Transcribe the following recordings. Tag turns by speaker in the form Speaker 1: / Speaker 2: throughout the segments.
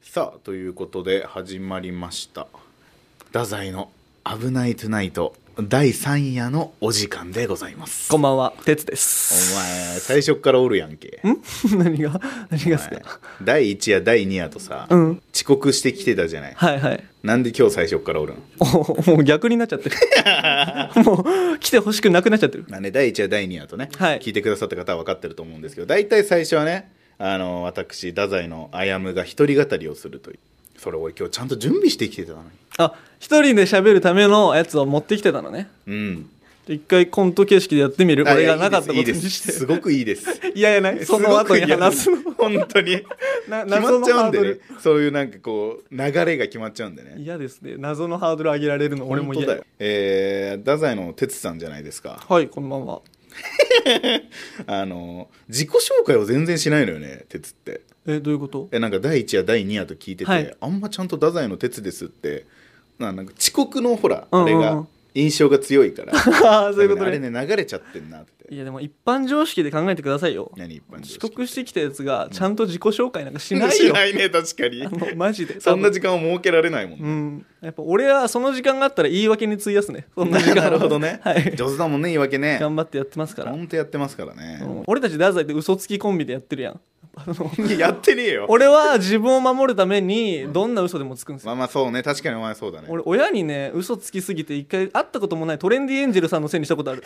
Speaker 1: さあということで始まりました太宰の「危ないトゥナイト」第3夜のお時間でございます
Speaker 2: こんばんは、てつで
Speaker 1: お
Speaker 2: す。
Speaker 1: 前最初っからおるやんけ
Speaker 2: ん 何が何がっすか
Speaker 1: 第1夜第2夜とさ、
Speaker 2: ん
Speaker 1: 遅刻してきてたじゃない
Speaker 2: はいはい。
Speaker 1: なんで今日最初っからおるん
Speaker 2: おもう逆になっちゃ ってる。もう来てほしくなくなっちゃってる。
Speaker 1: まあね、第1夜第2夜とね、
Speaker 2: はい
Speaker 1: 聞いてくださった方は分かってると思うんですけど大体最初はねあの私太宰のあやむが一人語りをするというそれ俺今日ちゃんと準備してきてたのに
Speaker 2: あ、一人で喋るためのやつを持ってきてたのね。
Speaker 1: うん
Speaker 2: 一回コント形式でやってみる。俺がなかったこと
Speaker 1: いい
Speaker 2: に
Speaker 1: ですいい
Speaker 2: し
Speaker 1: です
Speaker 2: て。
Speaker 1: すごくいいです
Speaker 2: いやいや ない。その後に話すの。
Speaker 1: の本当 に
Speaker 2: な
Speaker 1: 決まっちゃうん
Speaker 2: 謎のハード
Speaker 1: でね
Speaker 2: ル
Speaker 1: そういうなんかこう流れが決まっちゃうんでね
Speaker 2: 嫌ですね。謎のハードル上げられるの俺も
Speaker 1: 本当
Speaker 2: 嫌
Speaker 1: だよえー、太宰の哲さんじゃないですか
Speaker 2: はい、こんばんは。
Speaker 1: あの自己紹介を全然しないのよね哲って
Speaker 2: え、どういうこと
Speaker 1: えなんか第1夜第2夜と聞いてて、
Speaker 2: はい
Speaker 1: あんまちゃんと太宰の哲ですってななんか遅刻のほら、
Speaker 2: うんうんう
Speaker 1: あれ
Speaker 2: ん
Speaker 1: が印象が強いから
Speaker 2: あ あ、そういうこ と
Speaker 1: あれ
Speaker 2: ね。
Speaker 1: ね流れちゃってんなって
Speaker 2: いや、でも一般常識で考えてくださいよ。
Speaker 1: 何一般常識
Speaker 2: 遅刻してきたやつがちゃんと自己紹介なんかしな い
Speaker 1: し
Speaker 2: よ。
Speaker 1: ないね確かに
Speaker 2: あの マジ で
Speaker 1: そんな
Speaker 2: 時
Speaker 1: 時間を設けられないもんね、
Speaker 2: うんやっぱ俺はその時間があったら言い訳に費やすねそんな時間 を
Speaker 1: なるほどね、
Speaker 2: はい
Speaker 1: 上手だもんね言い訳ね
Speaker 2: 頑張ってやってますから、
Speaker 1: ほんとやってますからね、
Speaker 2: うん俺たち太宰って嘘つきコンビでやってるやんあの
Speaker 1: い ややってねえよ
Speaker 2: 俺は自分を守るためにどんな嘘でもつくんですよ
Speaker 1: まあまあそうね確かにお前そうだね
Speaker 2: 俺親にね嘘つきすぎて一回会ったこともないトレンディエンジェルさんのせいにしたことある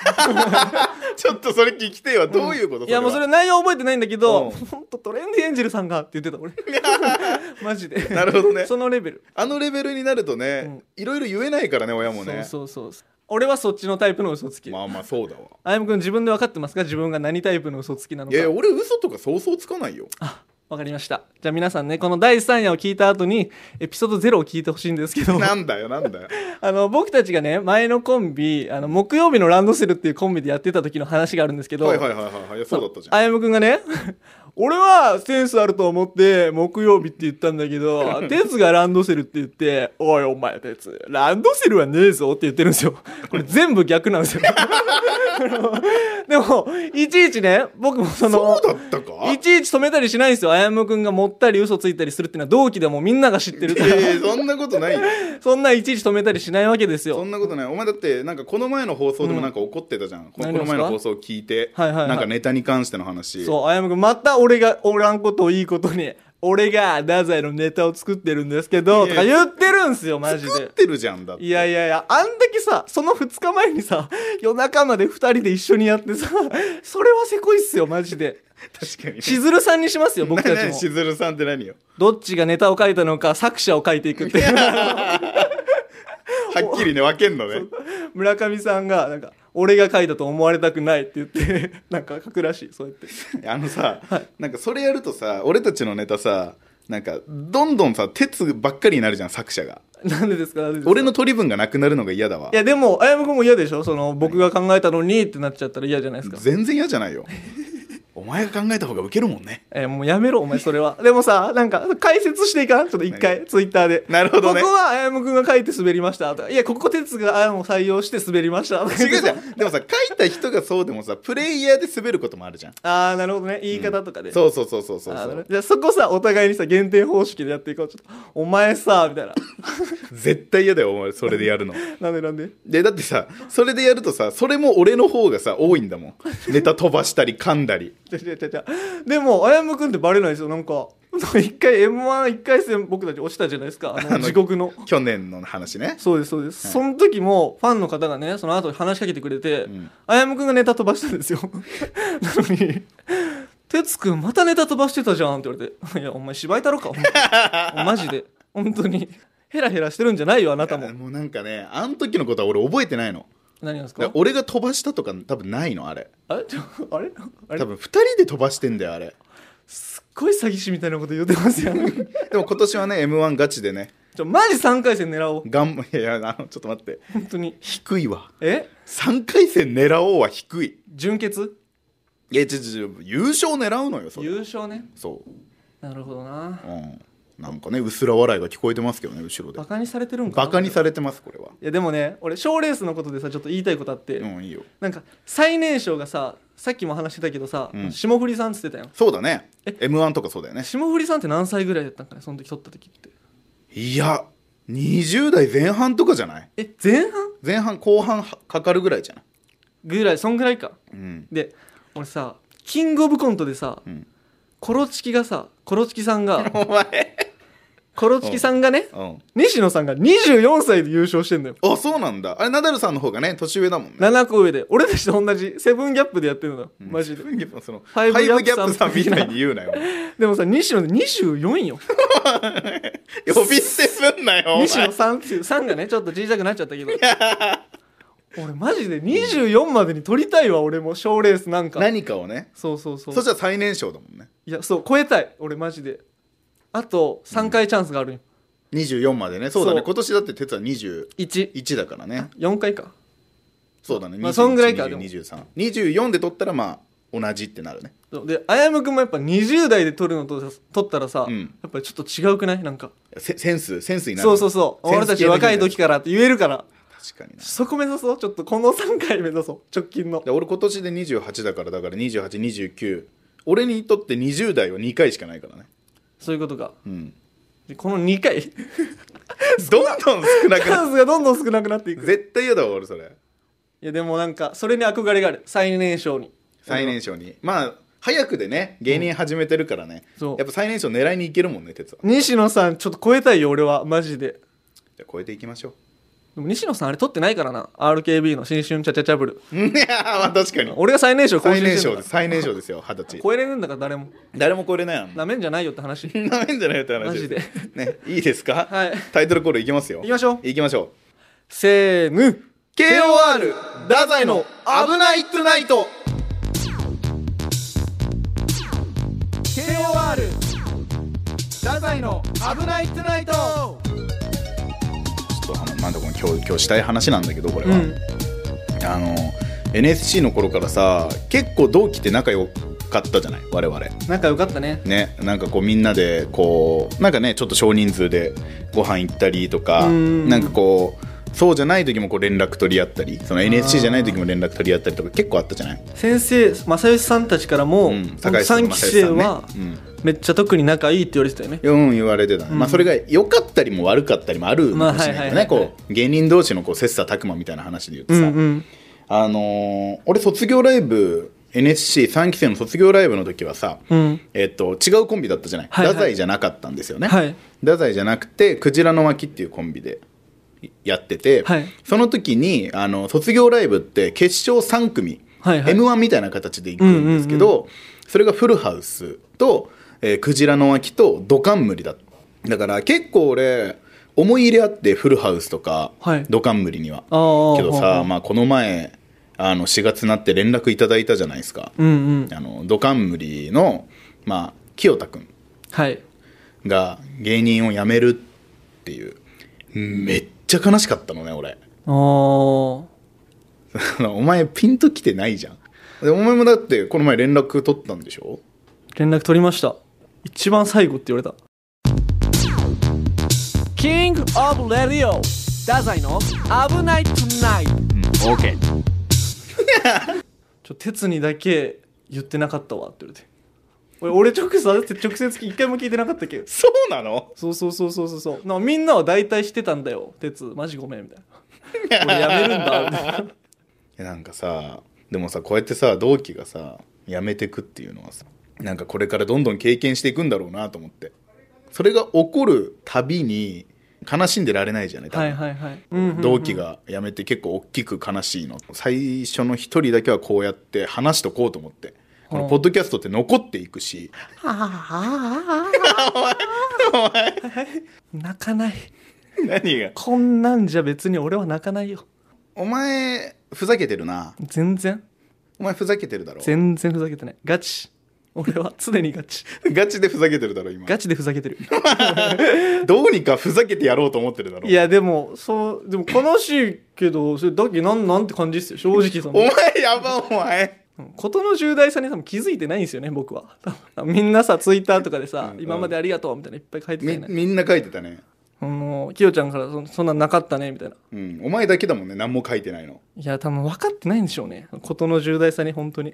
Speaker 1: ちょっとそれ聞きてえわ どういうこと、
Speaker 2: いやもうそれ
Speaker 1: は
Speaker 2: 内容覚えてないんだけ
Speaker 1: うん
Speaker 2: ど 本当トレンディエンジェルさんがって言って た俺 マジで
Speaker 1: なるほどね
Speaker 2: そのレベル
Speaker 1: あのレベルになるとね、いろいろ言えないからね親もね
Speaker 2: そうそうそう俺はそっちのタイプの嘘つき、
Speaker 1: まあまあそうだわ
Speaker 2: あやむくん自分で分かってますか自分が何タイプの嘘つきなの
Speaker 1: い
Speaker 2: か
Speaker 1: や俺嘘とかそうそうつかないよ
Speaker 2: あわかりましたじゃあ皆さんねこの第3夜を聞いた後にエピソード0を聞いてほしいんですけど
Speaker 1: なんだよなんだよ
Speaker 2: あの僕たちがね前のコンビあの木曜日のランドセルっていうコンビでやってた時の話があるんですけど、
Speaker 1: はいはいはいはいはいいやそうだったじゃん
Speaker 2: あやむくんがね 俺はセンスあると思って木曜日って言ったんだ けど哲がランドセルって言って「おいお前哲ランドセルはねえぞ」って言ってるんですよこれ全部逆なんですよ あのでもいちいちね僕もその
Speaker 1: そうだったか
Speaker 2: いちいち止めたりしないんですよ。あやむくんが持ったり嘘ついたりするっていうのは同期でもみんなが知ってる
Speaker 1: い
Speaker 2: から
Speaker 1: や、いやそんなことないよ
Speaker 2: そんないちいち止めたりしないわけです
Speaker 1: そ
Speaker 2: よ。
Speaker 1: んなことないお前だってなんかこの前の放送でもなんか怒ってたじゃん、こ
Speaker 2: 何
Speaker 1: の
Speaker 2: ですか
Speaker 1: 前の放送を聞いて、
Speaker 2: はいはいはい
Speaker 1: なんかネタに関しての話
Speaker 2: そう、あやむくん、また俺がおらんことをいいことに、俺が太宰のネタを作ってるんですけど、
Speaker 1: い
Speaker 2: と
Speaker 1: や
Speaker 2: か
Speaker 1: いや
Speaker 2: 言ってるんすよ、マジ
Speaker 1: 作っ
Speaker 2: で。
Speaker 1: てるじゃんだって
Speaker 2: いやいやいや、あんだけさ、その2日前にさ、夜中まで2人で一緒にやってさ、それはせこいっすよ、マ ジで。
Speaker 1: 確かに
Speaker 2: しずるさんにしますよ、僕たち
Speaker 1: 何し
Speaker 2: も。
Speaker 1: ずるさんって何よ
Speaker 2: どっちがネタを書いたのか、作者を書いていくっていう。
Speaker 1: はっきりね分けんのね
Speaker 2: 村上さんがなんか俺が書いたと思われたくないって言ってなんか書くらしいそうやって
Speaker 1: あのさ、なんかそれやるとさ俺たちのネタさなんかどんどんさ鉄ばっかりになるじゃん作者が
Speaker 2: なんでですかなんでですか
Speaker 1: 俺の取り分がなくなるのが嫌だわ
Speaker 2: いやでもあやむくんも嫌でしょその僕が考えたのにってなっちゃったら嫌じゃないですか、
Speaker 1: 全然嫌じゃ ないよお前が考えた方がウケるもんね
Speaker 2: えーもうやめろお前それはで もさなんか解説していかんちょっと一回ツイッターで
Speaker 1: なるほどね
Speaker 2: ここはあやむくんが書いて滑りましたとかいやここ哲があやむを採用して滑りましたとか
Speaker 1: 違うじゃん でもさ書いた人がそうでもさプレイヤーで滑ることもあるじゃん
Speaker 2: ああなるほどね言い方とかで、
Speaker 1: そうそうそうそうそう
Speaker 2: あー
Speaker 1: そ
Speaker 2: なるほど
Speaker 1: う
Speaker 2: じゃあそこさお互いにさ限定方式でやっていこうちょっとお前さみたいな
Speaker 1: 絶対嫌だよお前それでやる の
Speaker 2: なんでなんで
Speaker 1: でだってさそれでやるとさそれも俺の方がさ多いんだもんネタ飛ばしたり噛んだり
Speaker 2: 違う違う違う違うでもあやむくんってバレないですよなんか一回 m 1一回戦僕たち落ちたじゃないですかあ
Speaker 1: あの
Speaker 2: の地獄の
Speaker 1: 去年の話ね
Speaker 2: そうですそうです、その時もファンの方がねその後話しかけてくれて、あやむくんがネタ飛ばしたんですよ なのに「哲くんまたネタ飛ばしてたじゃん」って言われて「いやお前芝居太郎か お前マジで本当にヘラヘラしてるんじゃないよあなたも
Speaker 1: もうなんかねあの時のことは俺覚えてないの
Speaker 2: 何がです
Speaker 1: だから
Speaker 2: か
Speaker 1: 俺が飛ばしたとか多分ないのあれ
Speaker 2: あれちょあれあれ
Speaker 1: 多分2人で飛ばしてんだよあれ
Speaker 2: すっごい詐欺師みたいなこと言ってま すよ
Speaker 1: でも今年はね m 1ガチでね
Speaker 2: ちょマジ3回戦狙おう
Speaker 1: が んいやいやあのちょっと待って
Speaker 2: 本当に
Speaker 1: 低いわ
Speaker 2: え
Speaker 1: 3回戦狙おうは低い
Speaker 2: 純潔
Speaker 1: いやちょちょちょ優勝狙うのよそれ
Speaker 2: 優勝ね
Speaker 1: そ
Speaker 2: なるほどな
Speaker 1: う、うん、なんかねうすら笑いが聞こえてますけどね後ろで
Speaker 2: バカにされてるんかな
Speaker 1: バカにされてますこれはい
Speaker 2: やでもね俺賞ーレースのことでさちょっと言いたいことあって、
Speaker 1: うんいいよ
Speaker 2: なんか最年少がささっきも話してたけどさ、
Speaker 1: うん
Speaker 2: 霜降りさんっつってたやん
Speaker 1: そうだね
Speaker 2: え
Speaker 1: m 1とかそうだよね
Speaker 2: 霜降りさんって何歳ぐらいだったんかねその時取った時って
Speaker 1: いや20代前半とかじゃない
Speaker 2: え前半
Speaker 1: 前半後半はかかるぐらいじゃない
Speaker 2: ぐらいそんぐらいか
Speaker 1: うん
Speaker 2: で俺さキングオブコントでさ、
Speaker 1: うん
Speaker 2: コロチキがさコロチキさんが
Speaker 1: お前
Speaker 2: コロチキさんがね
Speaker 1: うん
Speaker 2: 西野さんが24歳で優勝してんだよ
Speaker 1: あそうなんだあれナダルさんの方がね年上だもんね
Speaker 2: 7個上で俺たちと同じセブンギャップでやってるのよマジで、
Speaker 1: そのフ
Speaker 2: フ
Speaker 1: ァ
Speaker 2: ァ
Speaker 1: イ
Speaker 2: イ
Speaker 1: ブ
Speaker 2: ブ
Speaker 1: ギ
Speaker 2: ギ
Speaker 1: ャ
Speaker 2: ャ
Speaker 1: ッ
Speaker 2: ッ
Speaker 1: プさ
Speaker 2: プさ
Speaker 1: ん
Speaker 2: ん
Speaker 1: み
Speaker 2: 的
Speaker 1: た
Speaker 2: ない
Speaker 1: に言うなよ
Speaker 2: でもさ西野で24よ
Speaker 1: 呼び捨てすんなよお前
Speaker 2: 西野さんっていう3がねちょっと小さくなっちゃったけど俺マジで24までに取りたいわ俺も賞ーレースなんか
Speaker 1: 何かをね
Speaker 2: そうそうそう
Speaker 1: そしたら最年少だもんね
Speaker 2: いやそう超えたい俺マジであと3回チャンスがあるよ、
Speaker 1: 24までねそうだね
Speaker 2: そう
Speaker 1: 今年だって哲は21
Speaker 2: 14
Speaker 1: だからね
Speaker 2: 回か
Speaker 1: そうだね、
Speaker 2: まあそんぐらいかでも
Speaker 1: 2324で取ったらまあ同じってなるね
Speaker 2: そうであやむくんもやっぱ20代で撮るのとさ撮ったらさ、
Speaker 1: うん
Speaker 2: やっぱりちょっと違うくないなんか
Speaker 1: セセンスセンスになる
Speaker 2: そうそうそう
Speaker 1: センス系
Speaker 2: 俺たち若い時からって言えるから
Speaker 1: 確かにな
Speaker 2: そこ目指そうちょっとこの3回目指そう直近の
Speaker 1: で俺今年で28だからだから2829俺にとって20代は2回しかないからね
Speaker 2: そういうことか
Speaker 1: うん
Speaker 2: でこの2回 チ
Speaker 1: どんどん少なくな
Speaker 2: ャンスがどんどん少なくなってい
Speaker 1: る
Speaker 2: く
Speaker 1: 絶対嫌だわ俺それ
Speaker 2: いやでもなんかそれに憧れがある最年少に
Speaker 1: 最年少にまあ早くでね芸人始めてるからね、
Speaker 2: そう
Speaker 1: やっぱ最年少狙いにいけるもんね哲は
Speaker 2: 西野さんちょっと超えたいよ俺はマジで
Speaker 1: じゃあ超えていきましょう
Speaker 2: でも西野さんあれ撮ってないからな RKB の新春チャチャチャブル
Speaker 1: いやー まあ確かに
Speaker 2: 俺が最年少更新
Speaker 1: 最年
Speaker 2: してんだ
Speaker 1: 少
Speaker 2: か
Speaker 1: で
Speaker 2: ら
Speaker 1: す最年少ですよ二十歳
Speaker 2: 超えれるんだから誰も
Speaker 1: 誰も超えれない やん
Speaker 2: なめんじゃないよっ て話行
Speaker 1: なめんじゃないよって話
Speaker 2: マジで
Speaker 1: ね、いいですか、
Speaker 2: はい
Speaker 1: タイトルコールいきますよ
Speaker 2: きましょう
Speaker 1: いきましょう
Speaker 2: せーの
Speaker 1: KOR 太宰の「危ないトゥナイト
Speaker 2: KOR 太宰の「危ないトゥナイト」」
Speaker 1: ちょっとあのなんだこの今日今日したい話なんだけどこれ
Speaker 2: う
Speaker 1: は、
Speaker 2: ん
Speaker 1: あの NSC の頃からさ結構同期って仲良かったじゃない我々
Speaker 2: 仲良かったね
Speaker 1: ねなんかこうみんなでこうなんかねちょっと少人数でご飯行ったりとか
Speaker 2: うん
Speaker 1: なんかこうそうじゃない時もこう連絡取り合ったりその NSC じゃない時も連絡取り合ったりとか結構あったじゃない、
Speaker 2: 先生正義さんたちからも、
Speaker 1: う、
Speaker 2: うん3期
Speaker 1: さん
Speaker 2: 生は、
Speaker 1: うん
Speaker 2: めっちゃ特に仲いいって言われてたよね
Speaker 1: うん、言われてたね、まあそれが良かったりも悪かったりもあるかもしれないけど
Speaker 2: まあは
Speaker 1: ね
Speaker 2: いはいはいはい
Speaker 1: こう芸人同士のこう切磋琢磨みたいな話で言って
Speaker 2: う
Speaker 1: さ、
Speaker 2: んうん
Speaker 1: あのー俺卒業ライブ NSC3 期生の卒業ライブの時はさ、
Speaker 2: うん
Speaker 1: えっと違うコンビだったじゃない、
Speaker 2: はいはい
Speaker 1: 太宰じゃなかったんですよね、
Speaker 2: はい
Speaker 1: 太宰じゃなくてクジラの巻っていうコンビでやってて、
Speaker 2: はい
Speaker 1: その時にあの卒業ライブって決勝3組、
Speaker 2: はいはい
Speaker 1: m 1みたいな形で行くんですけど、それがフルハウスと、えークジラの脇とドカンムリだっただから結構俺思い入れあってフルハウスとか、
Speaker 2: はい
Speaker 1: ドカンムリには
Speaker 2: あー
Speaker 1: けど
Speaker 2: はい
Speaker 1: さ、
Speaker 2: はい
Speaker 1: まあ、この前あの4月になって連絡いただいたじゃないですか、
Speaker 2: うんうん
Speaker 1: あのドカンムリの、まあ、清田君
Speaker 2: はい
Speaker 1: が芸人を辞めるっていうめっちゃ悲しかったのね俺
Speaker 2: あー
Speaker 1: お前ピンときてないじゃんでお前もだってこの前連絡取ったんでしょ
Speaker 2: 連絡取りました一番最後って言われたキングオブレディオ太宰の危ないトゥナイト
Speaker 1: オーケー
Speaker 2: ちょ鉄にだけ言ってなかったわって言われて俺俺直接あれって直接一回も聞いてなかったっけ
Speaker 1: そうなの
Speaker 2: そうそうそうそうそうそうなんかみんなは大体してたんだよ鉄マジごめんみた いな俺やめるんだみたいない
Speaker 1: やなんかさでもさこうやってさ同期がさ辞めてくっていうのはさなんかこれからどんどん経験していくんだろうなと思ってそれが起こるたびに悲しんでられないじゃない多分
Speaker 2: はいはいはい、うんうん
Speaker 1: 同期が辞めて結構大きく悲しいの最初の一人だけはこうやって話しとこうと思ってこのポッドキャストって残っていくし
Speaker 2: 泣かない
Speaker 1: 何が
Speaker 2: こんなんじゃ別に俺は泣かないよ
Speaker 1: お前ふざけてるな
Speaker 2: 全然
Speaker 1: お前ふざけてるだろ
Speaker 2: 全然ふざけてないガチ俺は常にガチ
Speaker 1: ガチでふざけてるだろ今
Speaker 2: ガチでふざけて る
Speaker 1: どうにかふざけてやろうと思ってるだろ
Speaker 2: いやでもそうでも悲しいけどそれだけなんなんて感じっすよ正直そ
Speaker 1: お
Speaker 2: の
Speaker 1: 前やばお前
Speaker 2: 事の重大さに多分気づいてないんですよね僕は多分みんなさツイッターとかでさ
Speaker 1: う
Speaker 2: 「
Speaker 1: ん
Speaker 2: 今までありがとう」みたいないっぱい書いてた
Speaker 1: み
Speaker 2: よね
Speaker 1: みんな書いてたね、
Speaker 2: そのきよちゃんからそ「そんなんなかったね」みたいな
Speaker 1: うん、お前だけだもんね何も書いてないの
Speaker 2: いや多分分かってないんでしょうね事の重大さに本当に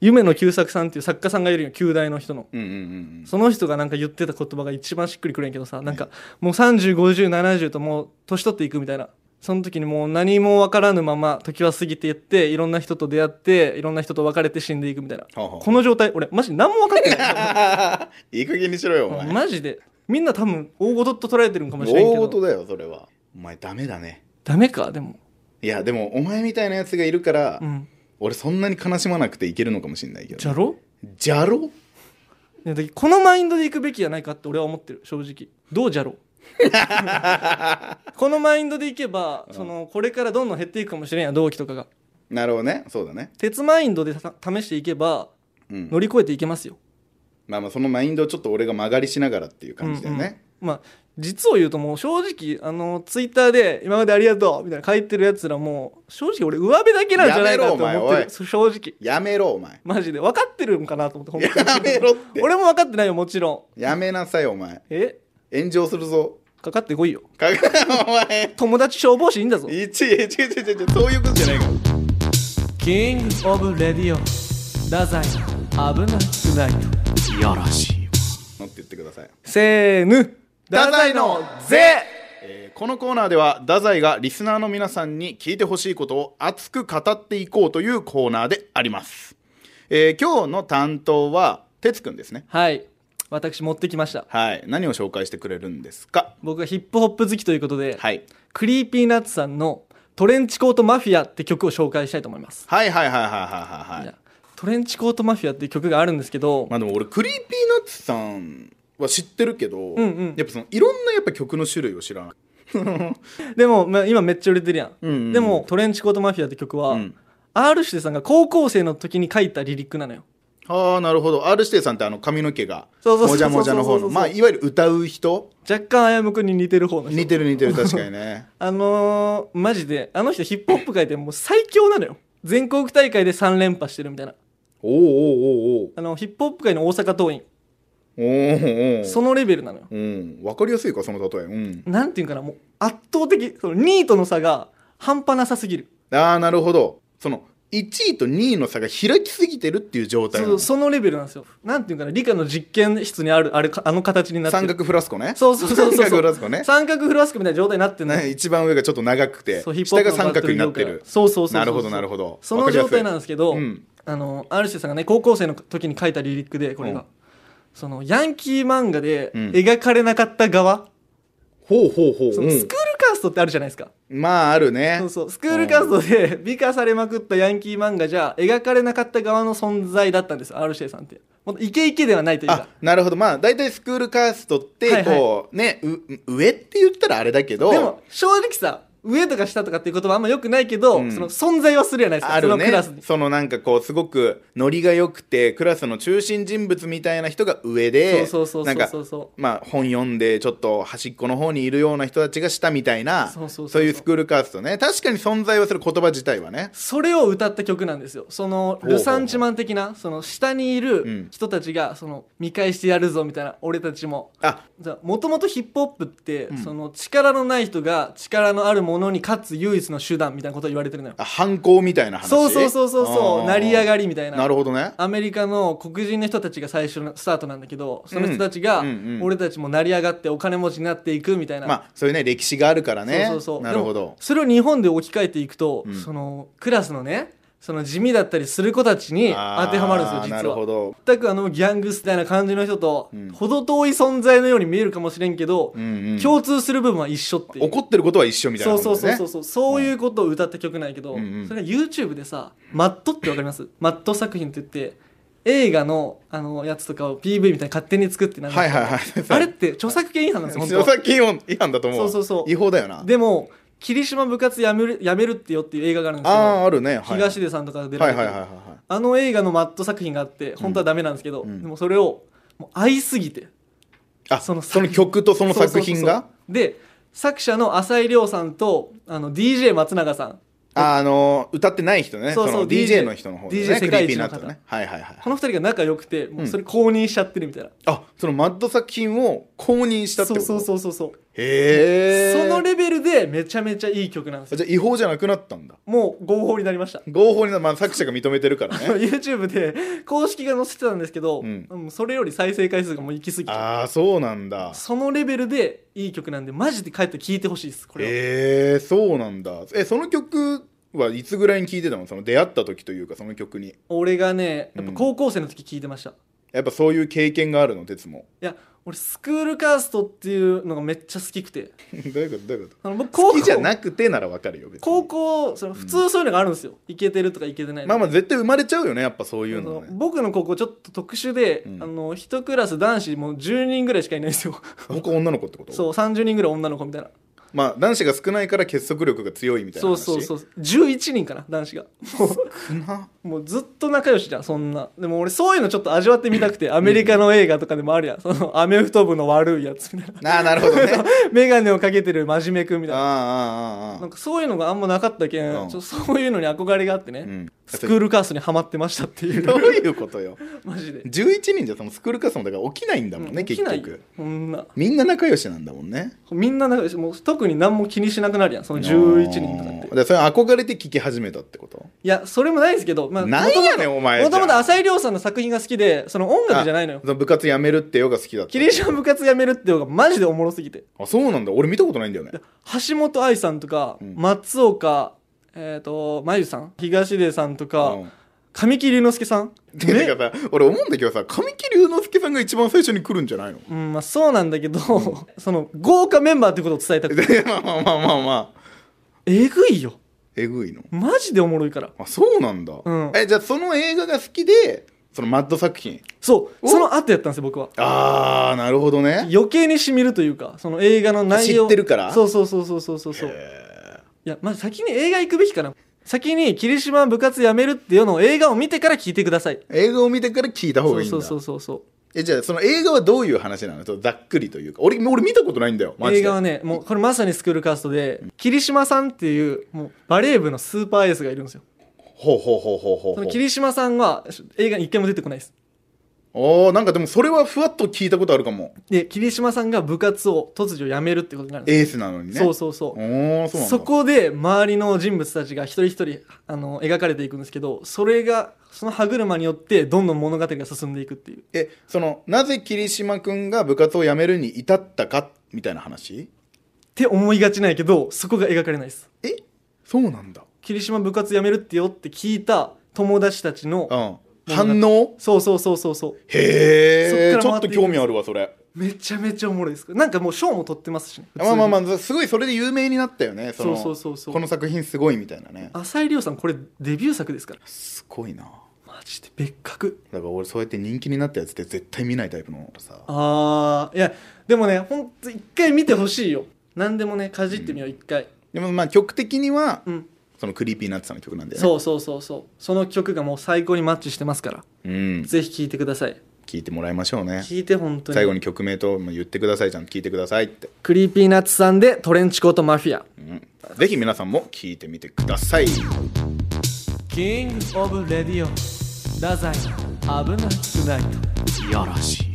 Speaker 2: 夢の久作さんっていう作家さんがいるよ旧大の人の
Speaker 1: うんうんうん
Speaker 2: その人がなんか言ってた言葉が一番しっくりくるんやけどさなんかもう305070ともう年取っていくみたいなその時にもう何も分からぬまま時は過ぎていっていろんな人と出会っていろんな人と別れて死んでいくみたいな
Speaker 1: はあはあ
Speaker 2: この状態俺マジ何も分かってない
Speaker 1: うん いい加減にしろよお前
Speaker 2: マジでみんな多分大事と捉えてるんかもしれん
Speaker 1: 大
Speaker 2: け
Speaker 1: 事
Speaker 2: ど
Speaker 1: だよそれはお前ダメだね
Speaker 2: ダメかでも
Speaker 1: いやでもお前みたいなやつがいるから、
Speaker 2: うん
Speaker 1: 俺そんなに悲しまなくていけるのかもしれないけ
Speaker 2: じ
Speaker 1: ど
Speaker 2: ゃろ
Speaker 1: じゃろ
Speaker 2: いやだけどこのマインドでいくべきじゃないかって俺は思ってる正直どうじゃ ろうこのマインドでいけばそのこれからどんどん減っていくかもしれんや同期とかが
Speaker 1: なるほどねそうだね
Speaker 2: 鉄マインドでた試していけば
Speaker 1: うん
Speaker 2: 乗り越えていけますよ、
Speaker 1: まあまあそのマインドをちょっと俺が曲がりしながらっていう感じだよね、
Speaker 2: うんうんまあ実を言うともう正直あのツイッターで「今までありがとう」みたいな書いてるやつらもう正直俺上辺だけなんじゃないかと思
Speaker 1: やめろお
Speaker 2: っ
Speaker 1: 前お
Speaker 2: て
Speaker 1: い
Speaker 2: るそう正直
Speaker 1: やめろお前
Speaker 2: マジで分かってるんかなと思って本 当
Speaker 1: や
Speaker 2: に
Speaker 1: めろ って
Speaker 2: 俺も分かってないよもちろ
Speaker 1: やめなさいお前
Speaker 2: んえ
Speaker 1: 炎上するぞ
Speaker 2: かかってこいよ
Speaker 1: か お前
Speaker 2: 友達消防士いいんだぞ
Speaker 1: いちいちいちいちいちそういうことじゃないから
Speaker 2: キングオブレディオ太宰危なくない
Speaker 1: いやらしいわって言ってください
Speaker 2: せーぬ
Speaker 1: 太宰の
Speaker 2: ぜ
Speaker 1: えーこのコーナーでは太宰がリスナーの皆さんに聞いてほしいことを熱く語っていこうというコーナーであります、えー今日の担当は哲くんですね
Speaker 2: はい私持ってきました
Speaker 1: はい何を紹介してくれるんですか
Speaker 2: 僕がヒップホップ好きということで、
Speaker 1: はい
Speaker 2: クリーピーナッツさんの「トレンチコートマフィア」って曲を紹介したいと思います、
Speaker 1: はいはいはいはいはいはい
Speaker 2: じ
Speaker 1: は
Speaker 2: ゃ
Speaker 1: い
Speaker 2: あトレンチコートマフィアっていう曲があるんですけど、
Speaker 1: まあでも俺クリーピーナッツさんは知ってるけど、
Speaker 2: んうん
Speaker 1: やっぱそのいろんなやっぱ曲の種類を知らない
Speaker 2: でも、まあ、今めっちゃ売れてるやん、
Speaker 1: うんうん
Speaker 2: でも「トレンチコートマフィア」って曲は、
Speaker 1: うん
Speaker 2: R 指定さんが高校生の時に書いたリリックなのよ
Speaker 1: ああなるほど R 指定さんってあの髪の毛が
Speaker 2: そうそうそう
Speaker 1: もじゃもじゃの方
Speaker 2: そうそうそう
Speaker 1: の
Speaker 2: そう
Speaker 1: まあいわゆる歌う人
Speaker 2: 若干あやむくんに似てる方の人
Speaker 1: 似てる似てる確かにね
Speaker 2: あのー、マジであの人ヒップホップ界でもう最強なのよ全国大会で3連覇してるみたいな
Speaker 1: おうおうおうおう
Speaker 2: あのヒップホップ界の大阪桐
Speaker 1: おーお
Speaker 2: 蔭
Speaker 1: ー
Speaker 2: そのレベルなのよ
Speaker 1: うん、わかりやすいかその例え、うん、
Speaker 2: なんていうんかなもう圧倒的その2位との差が半端なさすぎる
Speaker 1: ああなるほどその1位と2位の差が開きすぎてるっていう状態な
Speaker 2: そ
Speaker 1: の
Speaker 2: うそのレベルなんですよなんていうんかな理科の実験室にあるあれかあの形になってる
Speaker 1: 三角フラスコね
Speaker 2: そうそうそうそう
Speaker 1: 三角フラスコね
Speaker 2: 三角フラスクみたいな状態になってんのよ
Speaker 1: ね一番上がちょっと長くて
Speaker 2: そうヒップホ
Speaker 1: 下
Speaker 2: ップ
Speaker 1: が三
Speaker 2: の
Speaker 1: 角になって
Speaker 2: バトル業
Speaker 1: る
Speaker 2: 界そうそうそうそう
Speaker 1: なるほどなるほど
Speaker 2: その状態なんですけど、
Speaker 1: わかりやすいうん
Speaker 2: あのアルシェさんがね高校生の時に書いたリリックでこれが、
Speaker 1: うん
Speaker 2: そのヤンキー漫画で
Speaker 1: うん
Speaker 2: 描かれなかった側、
Speaker 1: ほうほうほう、
Speaker 2: その
Speaker 1: うん
Speaker 2: スクール、カーストってあるじゃないですか、
Speaker 1: まああるね
Speaker 2: そうそうスクールカーストで美化されまくったヤンキー漫画じゃ描かれなかった側の存在だったんですアルシェさんってもっとイケイケではないという
Speaker 1: あ
Speaker 2: か
Speaker 1: なるほどまあ大体スクールカーストってこう、
Speaker 2: はいは
Speaker 1: ね
Speaker 2: い
Speaker 1: う上って言ったらあれだけど
Speaker 2: でも正直さ上とか下とかっていう言葉あんまよくないけど、
Speaker 1: うん
Speaker 2: その存在はするじゃないですか
Speaker 1: ある
Speaker 2: そのク
Speaker 1: ね
Speaker 2: ラスに
Speaker 1: そのなんかこうすごくノリが良くてクラスの中心人物みたいな人が上で
Speaker 2: そうそう
Speaker 1: な
Speaker 2: そうんそう
Speaker 1: か
Speaker 2: そうそう
Speaker 1: まあ本読んでちょっと端っこの方にいるような人たちが下みたいな
Speaker 2: そうそうそうそう
Speaker 1: いうスクールカーストね確かに存在はする言葉自体はね
Speaker 2: それを歌った曲なんですよその
Speaker 1: ほうほう
Speaker 2: ルサンチマン的なその下にいる人たちがその見返してやるぞみたいな俺たちも
Speaker 1: あ
Speaker 2: もともとヒップホップって、
Speaker 1: ん
Speaker 2: その力のない人が力のあるものに勝つ唯一の手段みたいなことを言われてるのよ
Speaker 1: あ反抗みたいな話
Speaker 2: そうそうそうそうそう成り上がりみたい
Speaker 1: り
Speaker 2: な
Speaker 1: なるほどね
Speaker 2: アメリカの黒人の人たちが最初のスタートなんだけどその人たちが
Speaker 1: うんうんうん
Speaker 2: 俺たちも成り上がってお金持ちになっていくみたいな、
Speaker 1: まあそういうね歴史があるからね
Speaker 2: そうそうそう
Speaker 1: なるほ
Speaker 2: で
Speaker 1: ど
Speaker 2: もそれを日本で置き換えていくと、
Speaker 1: うん
Speaker 2: そのクラスのねその地味だったりする子たちに
Speaker 1: あー
Speaker 2: 当てはまるんですよ実は
Speaker 1: なるほど
Speaker 2: 全くあのギャングスみたいな感じの人と、
Speaker 1: うん
Speaker 2: 程遠い存在のように見えるかもしれんけど、
Speaker 1: うんうん
Speaker 2: 共通する部分は一緒っていう
Speaker 1: 怒ってることは一緒みたいな
Speaker 2: そう
Speaker 1: もんだ
Speaker 2: そ
Speaker 1: ね
Speaker 2: うそうそうそうそういうことを歌った曲なんやけど、
Speaker 1: うんうん
Speaker 2: それが YouTube でさ「マット」ってわかりますマット作品って言って映画のあのやつとかを PV みたいに勝手に作ってなんか
Speaker 1: はいはいはい
Speaker 2: あれって著作権違反なんですよ本当
Speaker 1: 著
Speaker 2: は
Speaker 1: 作権違反だと思う
Speaker 2: そうそうそう
Speaker 1: 違法だよな
Speaker 2: でも「霧島部活やめるやめるってよ」っていう映画があるんですけど
Speaker 1: ああーあるね、はい、
Speaker 2: 東出さんとかが出ら
Speaker 1: は
Speaker 2: れ
Speaker 1: い
Speaker 2: て
Speaker 1: はい
Speaker 2: る、
Speaker 1: はいはいはい
Speaker 2: あの映画のマット作品があって本当はダメなんですけど、
Speaker 1: ん
Speaker 2: でもそれをもう愛すぎて
Speaker 1: あ
Speaker 2: そ
Speaker 1: そ
Speaker 2: の
Speaker 1: の
Speaker 2: 作
Speaker 1: 曲とその作品
Speaker 2: そうそう
Speaker 1: が
Speaker 2: そうそうで作者の浅井亮さんとあの DJ 松永さん
Speaker 1: ああの歌ってない人ね
Speaker 2: そうそう
Speaker 1: の DJ の人の方ね
Speaker 2: DJ 世界一の
Speaker 1: クリーピーナッ
Speaker 2: 方
Speaker 1: ツねはいはいはい
Speaker 2: この二人が仲良くてもううんそれ公認しちゃってるみたいな、
Speaker 1: あそのマッド作品を公認したって
Speaker 2: そ
Speaker 1: こと
Speaker 2: うそうそうそうそう
Speaker 1: へえ
Speaker 2: そのレベルでめちゃめちゃいい曲なんですよ
Speaker 1: じゃあ違法じゃなくなったんだ
Speaker 2: もう合法になりました
Speaker 1: 合法になまあ、作者が認めてるからね
Speaker 2: YouTube で公式が載せてたんですけど、
Speaker 1: うん
Speaker 2: うんそれより再生回数がもう行き過ぎて
Speaker 1: ああそうなんだ
Speaker 2: そのレベルでいい曲なんでマジで帰って聴いてほしいですこれは、
Speaker 1: えー、そうなんだえその曲はいつぐらいに聴いてたのその出会った時というかその曲に
Speaker 2: 俺がねやっぱ
Speaker 1: うん
Speaker 2: 高校生の時聴いてました、い
Speaker 1: やっぱそういう経験があるの哲も
Speaker 2: や俺スクールカーストっていうのがめっちゃ好きくて
Speaker 1: どういうことどういうこ
Speaker 2: あの僕
Speaker 1: と
Speaker 2: 高
Speaker 1: 好
Speaker 2: 校
Speaker 1: きじゃなくてならわかるよ別に
Speaker 2: 高校その普通そういうのがあるんですよ、いけてるとかいけてないとか
Speaker 1: まあまあ絶対生まれちゃうよねやっぱそういうの
Speaker 2: あの
Speaker 1: ね
Speaker 2: 僕の高校ちょっと特殊で、
Speaker 1: うん
Speaker 2: あの一クラス男子もう10人ぐらいしかいないんですよ
Speaker 1: 他女の子ってこと
Speaker 2: そう30人ぐらい女の子みたいな
Speaker 1: まあ男子が少ないから結束力が強いみたいな
Speaker 2: そう
Speaker 1: 話
Speaker 2: そうそうう11人かな男子がもう
Speaker 1: 少な
Speaker 2: もうずっと仲良しじゃんそんなでも俺そういうのちょっと味わってみたくてアメリカの映画とかでもあるやんそのアメフト部の悪いやつみたい な
Speaker 1: ああなるほどね
Speaker 2: 眼鏡をかけてる真面目くんみ
Speaker 1: あ
Speaker 2: たいな
Speaker 1: ああああ
Speaker 2: な
Speaker 1: あ
Speaker 2: んかそういうのがあんまなかったけん、
Speaker 1: うん
Speaker 2: ちょそういうのに憧れがあってね、
Speaker 1: あうん
Speaker 2: スクールカーストにはまってましたっていう
Speaker 1: どういうことよ
Speaker 2: マジで
Speaker 1: 11人じゃそのスクールカーストもだから起きないんだもんね、
Speaker 2: うん起
Speaker 1: 結
Speaker 2: きない
Speaker 1: 局
Speaker 2: こんな
Speaker 1: みんな仲良しなんだもんね
Speaker 2: みんな仲良しもう特に何も気にしなくなるやんその11人とかって
Speaker 1: あーだからそれ憧れて聴き始めたってこと
Speaker 2: いやそれもないですけど、まあ、
Speaker 1: なんやねんお前
Speaker 2: もとも
Speaker 1: じ
Speaker 2: と
Speaker 1: ゃあ
Speaker 2: 浅井亮さんの作品が好きでその音楽じゃないのよ
Speaker 1: あその部活辞めるってよが好きだった
Speaker 2: キリシャン部活やめるっていうのがマジでおもろすぎて
Speaker 1: あそうなんだ俺見たことないんだよね
Speaker 2: 橋本愛さんとか、
Speaker 1: うん
Speaker 2: 松岡えっ、と真由さん東出さんとか、
Speaker 1: うん
Speaker 2: 神木隆之介さん
Speaker 1: て いうかさ俺思うんだけどさ神木隆之介さんが一番最初に来るんじゃ ないの
Speaker 2: うんまあ、そうなんだけど、その豪華メンバーってことを伝えたくて
Speaker 1: でまあまあまあまあまあ
Speaker 2: えぐいよ
Speaker 1: えぐいの
Speaker 2: マジでおもろいから
Speaker 1: あそうなんだ、
Speaker 2: うん
Speaker 1: えじゃあその映画が好きでそのマッド作品
Speaker 2: そう
Speaker 1: お
Speaker 2: その後やったんですよ僕は
Speaker 1: ああなるほどね
Speaker 2: 余計にしみるというかその映画の内容
Speaker 1: 知ってるから
Speaker 2: そうそうそうそうそうそうそう
Speaker 1: へ
Speaker 2: いやまず先に映画行くべきかな先に霧島部活やめるっていうのを映画を見てから聞いてください
Speaker 1: ー映画を見てから聞いた方がいいんだ
Speaker 2: そうそうそうそう
Speaker 1: えじゃあその映画はどういう話なのちょっとざっくりというか俺俺見たことないんだよマジで
Speaker 2: 映画はねもうこれまさにスクールカーストで霧島さんっていうもうバレー部のスーパーエースがいるんですよ
Speaker 1: ほうほうほうほうほう
Speaker 2: そ
Speaker 1: ほ
Speaker 2: の
Speaker 1: う
Speaker 2: 霧島さんは映画に一回も出てこないです
Speaker 1: おーなんかでもそれはふわっと聞いたことあるかも
Speaker 2: で霧島さんが部活を突如やめるってことになるんで
Speaker 1: エースなのに
Speaker 2: す、
Speaker 1: ね
Speaker 2: そうそうそう
Speaker 1: おおそうなんだ
Speaker 2: そこで周りの人物たちが一人一人あの描かれていくんですけどそれがその歯車によってどんどん物語が進んでいくっていう
Speaker 1: えそのなぜ桐島君が部活を辞めるに至ったかみたいな話
Speaker 2: って思いがちないけどそこが描かれないです
Speaker 1: えそうなんだ
Speaker 2: 霧島部活辞めるってよって聞いた友達たちの
Speaker 1: うん反応
Speaker 2: そうそうそうそうそう
Speaker 1: へ
Speaker 2: そ
Speaker 1: え
Speaker 2: っ
Speaker 1: ち
Speaker 2: か
Speaker 1: ょっ
Speaker 2: ら回って
Speaker 1: と
Speaker 2: いく
Speaker 1: 興味あるわそれ
Speaker 2: めちゃめちゃおもろいですなんかもう賞も取ってますしね
Speaker 1: まあまあま
Speaker 2: あ
Speaker 1: あすごいそれで有名になったよねその
Speaker 2: そうそうそうそう
Speaker 1: この作品すごいみたいなね
Speaker 2: 浅井亮さんこれデビュー作ですから
Speaker 1: すごいな
Speaker 2: マジで別格
Speaker 1: だから俺そうやって人気になったやつって絶対見ないタイプのさ
Speaker 2: あーいやでもねほんと一回見てほしいよ何でもねかじってみよう一回
Speaker 1: でもまあ曲的には
Speaker 2: うん
Speaker 1: そのクリーピーナッツさんの曲なんだよね
Speaker 2: そうそうそうそうその曲がもう最高にマッチしてますから
Speaker 1: うん
Speaker 2: ぜひ聴いてください
Speaker 1: 聞いてもらいましょうね
Speaker 2: 聴いて本当に
Speaker 1: 最後に曲名とまあ言ってくださいちゃんと聞いてくださいって、
Speaker 2: クリーピーナッツさんでトレンチコートマフィア
Speaker 1: うん、ぜひ皆さんも聞いてみてください
Speaker 2: キングオブレディオ太宰危なくない
Speaker 1: やらしい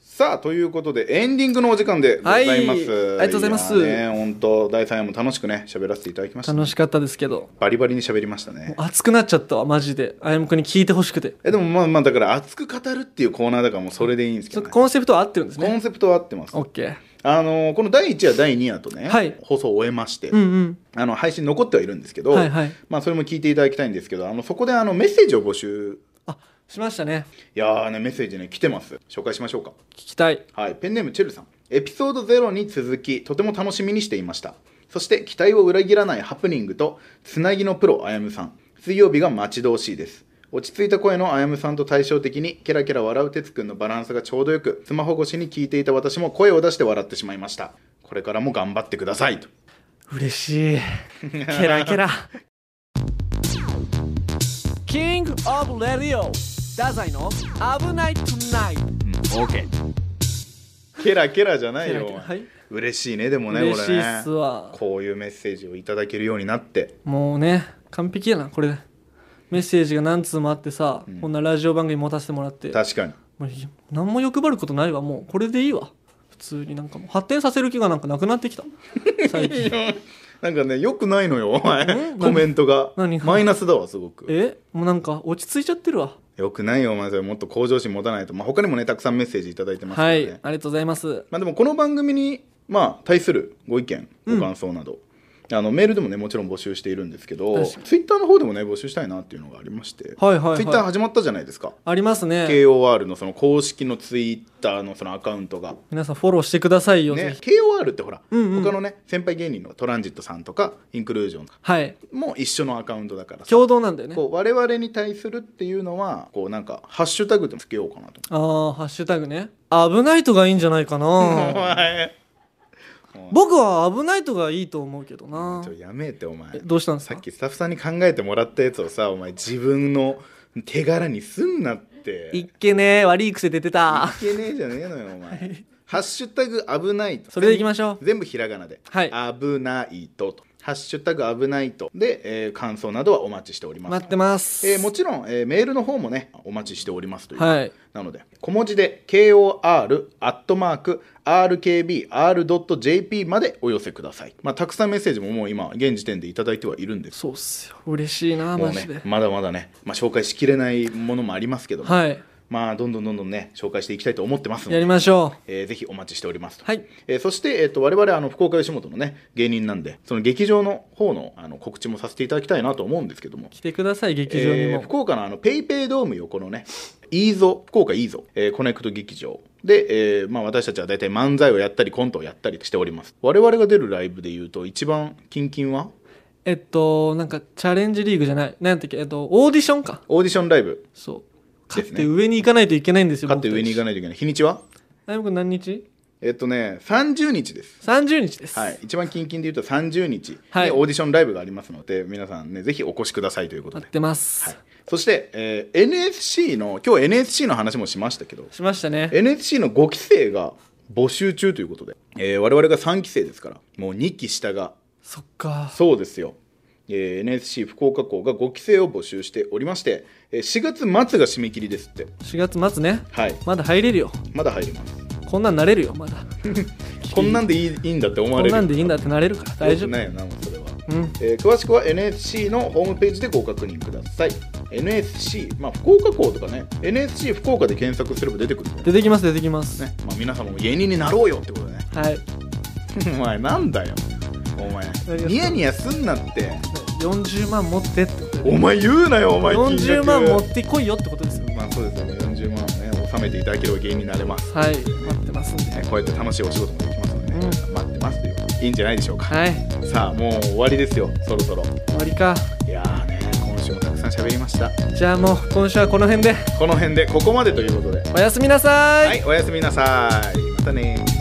Speaker 1: さあということでエンディングのお時間でございます、
Speaker 2: はいありがとうございます
Speaker 1: やね本当第3夜も楽しくね喋らせていただきました
Speaker 2: 楽しかったですけど
Speaker 1: バリバリに喋りましたね
Speaker 2: 熱くなっちゃったわマジであやむくんに聞いてほしくて
Speaker 1: えでもまあまあだから熱く語るっていうコーナーだからもうそれでいいんですけ
Speaker 2: ちょ
Speaker 1: ど、
Speaker 2: っ
Speaker 1: ね
Speaker 2: と、コンセプトは合ってるんです
Speaker 1: コ
Speaker 2: ね
Speaker 1: ンセプトは合ってます
Speaker 2: オッケー
Speaker 1: あのーこの第1夜第2夜とね、
Speaker 2: はい
Speaker 1: 放送を終えまして、
Speaker 2: うんうん
Speaker 1: あの配信残ってはいるんですけど、
Speaker 2: はいはい
Speaker 1: まあ、それも聞いていただきたいんですけどあのそこであのメッセージを募集
Speaker 2: あしましたね
Speaker 1: いやーねメッセージね来てます紹介しましょうか
Speaker 2: 聞きたい
Speaker 1: はい、ペンネームチェルさんエピソード0に続きとても楽しみにしていましたそして期待を裏切らないハプニングとつなぎのプロあやむさん水曜日が待ち遠しいです落ち着いた声のあやむさんと対照的にケラケラ笑うてつくんのバランスがちょうどよくスマホ越しに聞いていた私も声を出して笑ってしまいましたこれからも頑張ってくださいと
Speaker 2: 嬉しいケラケラキングオブレディオ太宰の危ないトゥナイト
Speaker 1: うん OK ケラケラじゃないよ
Speaker 2: ケラケラはい
Speaker 1: 嬉しいねでもね
Speaker 2: 嬉
Speaker 1: こ
Speaker 2: し
Speaker 1: れ
Speaker 2: い
Speaker 1: ね
Speaker 2: っすわ
Speaker 1: こういうメッセージをいただけるようになって
Speaker 2: もうね完璧やなこれメッセージが何通もあってさ、こんなラジオ番組持たせてもらって
Speaker 1: 確かに
Speaker 2: もうい何も欲張ることないわもうこれでいいわ普通になんかもう発展させる気がなんかなくなってきた最近
Speaker 1: なんかねよくないのよお前
Speaker 2: ん
Speaker 1: コメントが
Speaker 2: 何
Speaker 1: マイナスだわすごく
Speaker 2: えもうなんか落ち着いちゃってるわ
Speaker 1: よくないよお前それもっと向上心持たないと、まあ、他にもねたくさんメッセージいただいてますか
Speaker 2: は
Speaker 1: ら
Speaker 2: い
Speaker 1: ね、
Speaker 2: ありがとうございます
Speaker 1: まあ、でもこの番組に、まあ、対するご意見ご感想など、あのメールでもねもちろん募集しているんですけど
Speaker 2: 確か
Speaker 1: ツイッターの方でもね募集したいなっていうのがありまして、
Speaker 2: はいはいはい
Speaker 1: ツイッター始まったじゃないですか、
Speaker 2: ありますね
Speaker 1: KOR のその公式のツイッターのそのアカウントが、
Speaker 2: 皆さんフォローしてくださいよ、ぜ
Speaker 1: ね
Speaker 2: ひ、
Speaker 1: KOR ってほら、
Speaker 2: うんうん
Speaker 1: 他のね先輩芸人のトランジットさんとかインクルージョンとか
Speaker 2: はい
Speaker 1: も一緒のアカウントだからさ
Speaker 2: 共同なんだよね
Speaker 1: こう我々に対するっていうのはこうなんかハッシュタグでもつけようかなと
Speaker 2: あーハッシュタグね危ないとがいいんじゃないか
Speaker 1: 思って
Speaker 2: な
Speaker 1: お前
Speaker 2: 僕は危ないとがいいと思うけどな
Speaker 1: ちょやめてお前
Speaker 2: えどうしたんです
Speaker 1: さ
Speaker 2: か
Speaker 1: っきスタッフさんに考えてもらったやつをさお前自分の手柄にすんなって
Speaker 2: いっけね悪い癖出てた
Speaker 1: いけねえじゃねえのよお前ハッシュタグ危ないと
Speaker 2: それでいきましょう
Speaker 1: 全部ひらがなで「
Speaker 2: はい
Speaker 1: 危ないと」と「ハッシュタグ危ないと」で、えー感想などはお待ちしております
Speaker 2: 待ってます、
Speaker 1: えーもちろん、えーメールの方もねお待ちしておりますという、
Speaker 2: はい
Speaker 1: なので小文字で kor.rkbr.jp までお寄せください、まあ、たくさんメッセージももう今現時点でいただいてはいるんです
Speaker 2: そうっすよ嬉しいな
Speaker 1: も
Speaker 2: マ
Speaker 1: う
Speaker 2: ジで、
Speaker 1: ねまだまだね、まあ、紹介しきれないものもありますけども、
Speaker 2: はい
Speaker 1: まあどんどんどんどんね紹介していきたいと思ってますの
Speaker 2: やり
Speaker 1: で、
Speaker 2: ましょ
Speaker 1: えーぜひお待ちしておりますと
Speaker 2: はい
Speaker 1: えーそして、えー、と我々あの福岡吉本のね芸人なんでその劇場の方のあの告知もさせていただきたいなと思うんですけども
Speaker 2: う来てください劇場に
Speaker 1: え
Speaker 2: も、
Speaker 1: ー福岡のあのペイペイドーム横のねいいぞ福岡いいぞ、えーコネクト劇場で、えーまあ、私たちは大体漫才をやったりコントをやったりしております我々が出るライブでいうと一番キンキンは
Speaker 2: えっとなんかチャレンジリーグじゃないなんてっけえっとオーディションか
Speaker 1: オーディションライブ
Speaker 2: そう
Speaker 1: で
Speaker 2: 勝
Speaker 1: すね
Speaker 2: って上に行かないといけないんですよ
Speaker 1: 勝って上に行か
Speaker 2: ない
Speaker 1: ないといけない日にちは
Speaker 2: 大くん何日
Speaker 1: えっとね30日です
Speaker 2: 30日です
Speaker 1: はい、一番キンキンで言うと30日、
Speaker 2: はい
Speaker 1: でオーディションライブがありますので皆さんねぜひお越しくださいということ
Speaker 2: 待
Speaker 1: で
Speaker 2: ってます、
Speaker 1: そして、えー NSC の今日 NSC の話もしましたけど
Speaker 2: しましたね
Speaker 1: NSC の5期生が募集中ということで、えー我々が3期生ですからもう2期下が
Speaker 2: そっか
Speaker 1: そうですよ、えー NSC 福岡校が5期生を募集しておりまして、えー4月末が締め切りですって
Speaker 2: 4月末ね
Speaker 1: はい
Speaker 2: まだ入れるよ
Speaker 1: まだ入ります
Speaker 2: こんなんなれるよまだ
Speaker 1: こんなんでいいいいんだって思
Speaker 2: こ
Speaker 1: わ
Speaker 2: ん
Speaker 1: れる
Speaker 2: なんでいいんだってなれるから大丈
Speaker 1: よく
Speaker 2: 夫
Speaker 1: ないよなもうそれは
Speaker 2: うん
Speaker 1: えー詳しくは NSC のホームページでご確認ください NSC、まあ、福岡校とかね NSC 福岡で検索すれば出てくるんで、
Speaker 2: 出てきます出てきます、
Speaker 1: ねまあ、皆様も芸人になろうよってことでね
Speaker 2: はい
Speaker 1: お前なんだよお前
Speaker 2: 何が
Speaker 1: ニヤニヤすんなって
Speaker 2: 40万持ってってことで
Speaker 1: お前言うなよお前
Speaker 2: 40
Speaker 1: 金
Speaker 2: 万持
Speaker 1: 額
Speaker 2: ってこいよってことですよ
Speaker 1: まあそうですよ40万をね納めていただければ芸人になれます、
Speaker 2: はい待ってますんで
Speaker 1: ねこうやって楽しいお仕事もできますので、ね待ってますといういいんじゃないでしょうか、
Speaker 2: はい
Speaker 1: さあもう終わりですよそろそろ
Speaker 2: 終わりか
Speaker 1: いやーね今週もたくさん喋りました
Speaker 2: じゃあもう今週はこの辺で
Speaker 1: この辺でここまでということで
Speaker 2: おやすみなさい
Speaker 1: はい、おやすみなさい。またね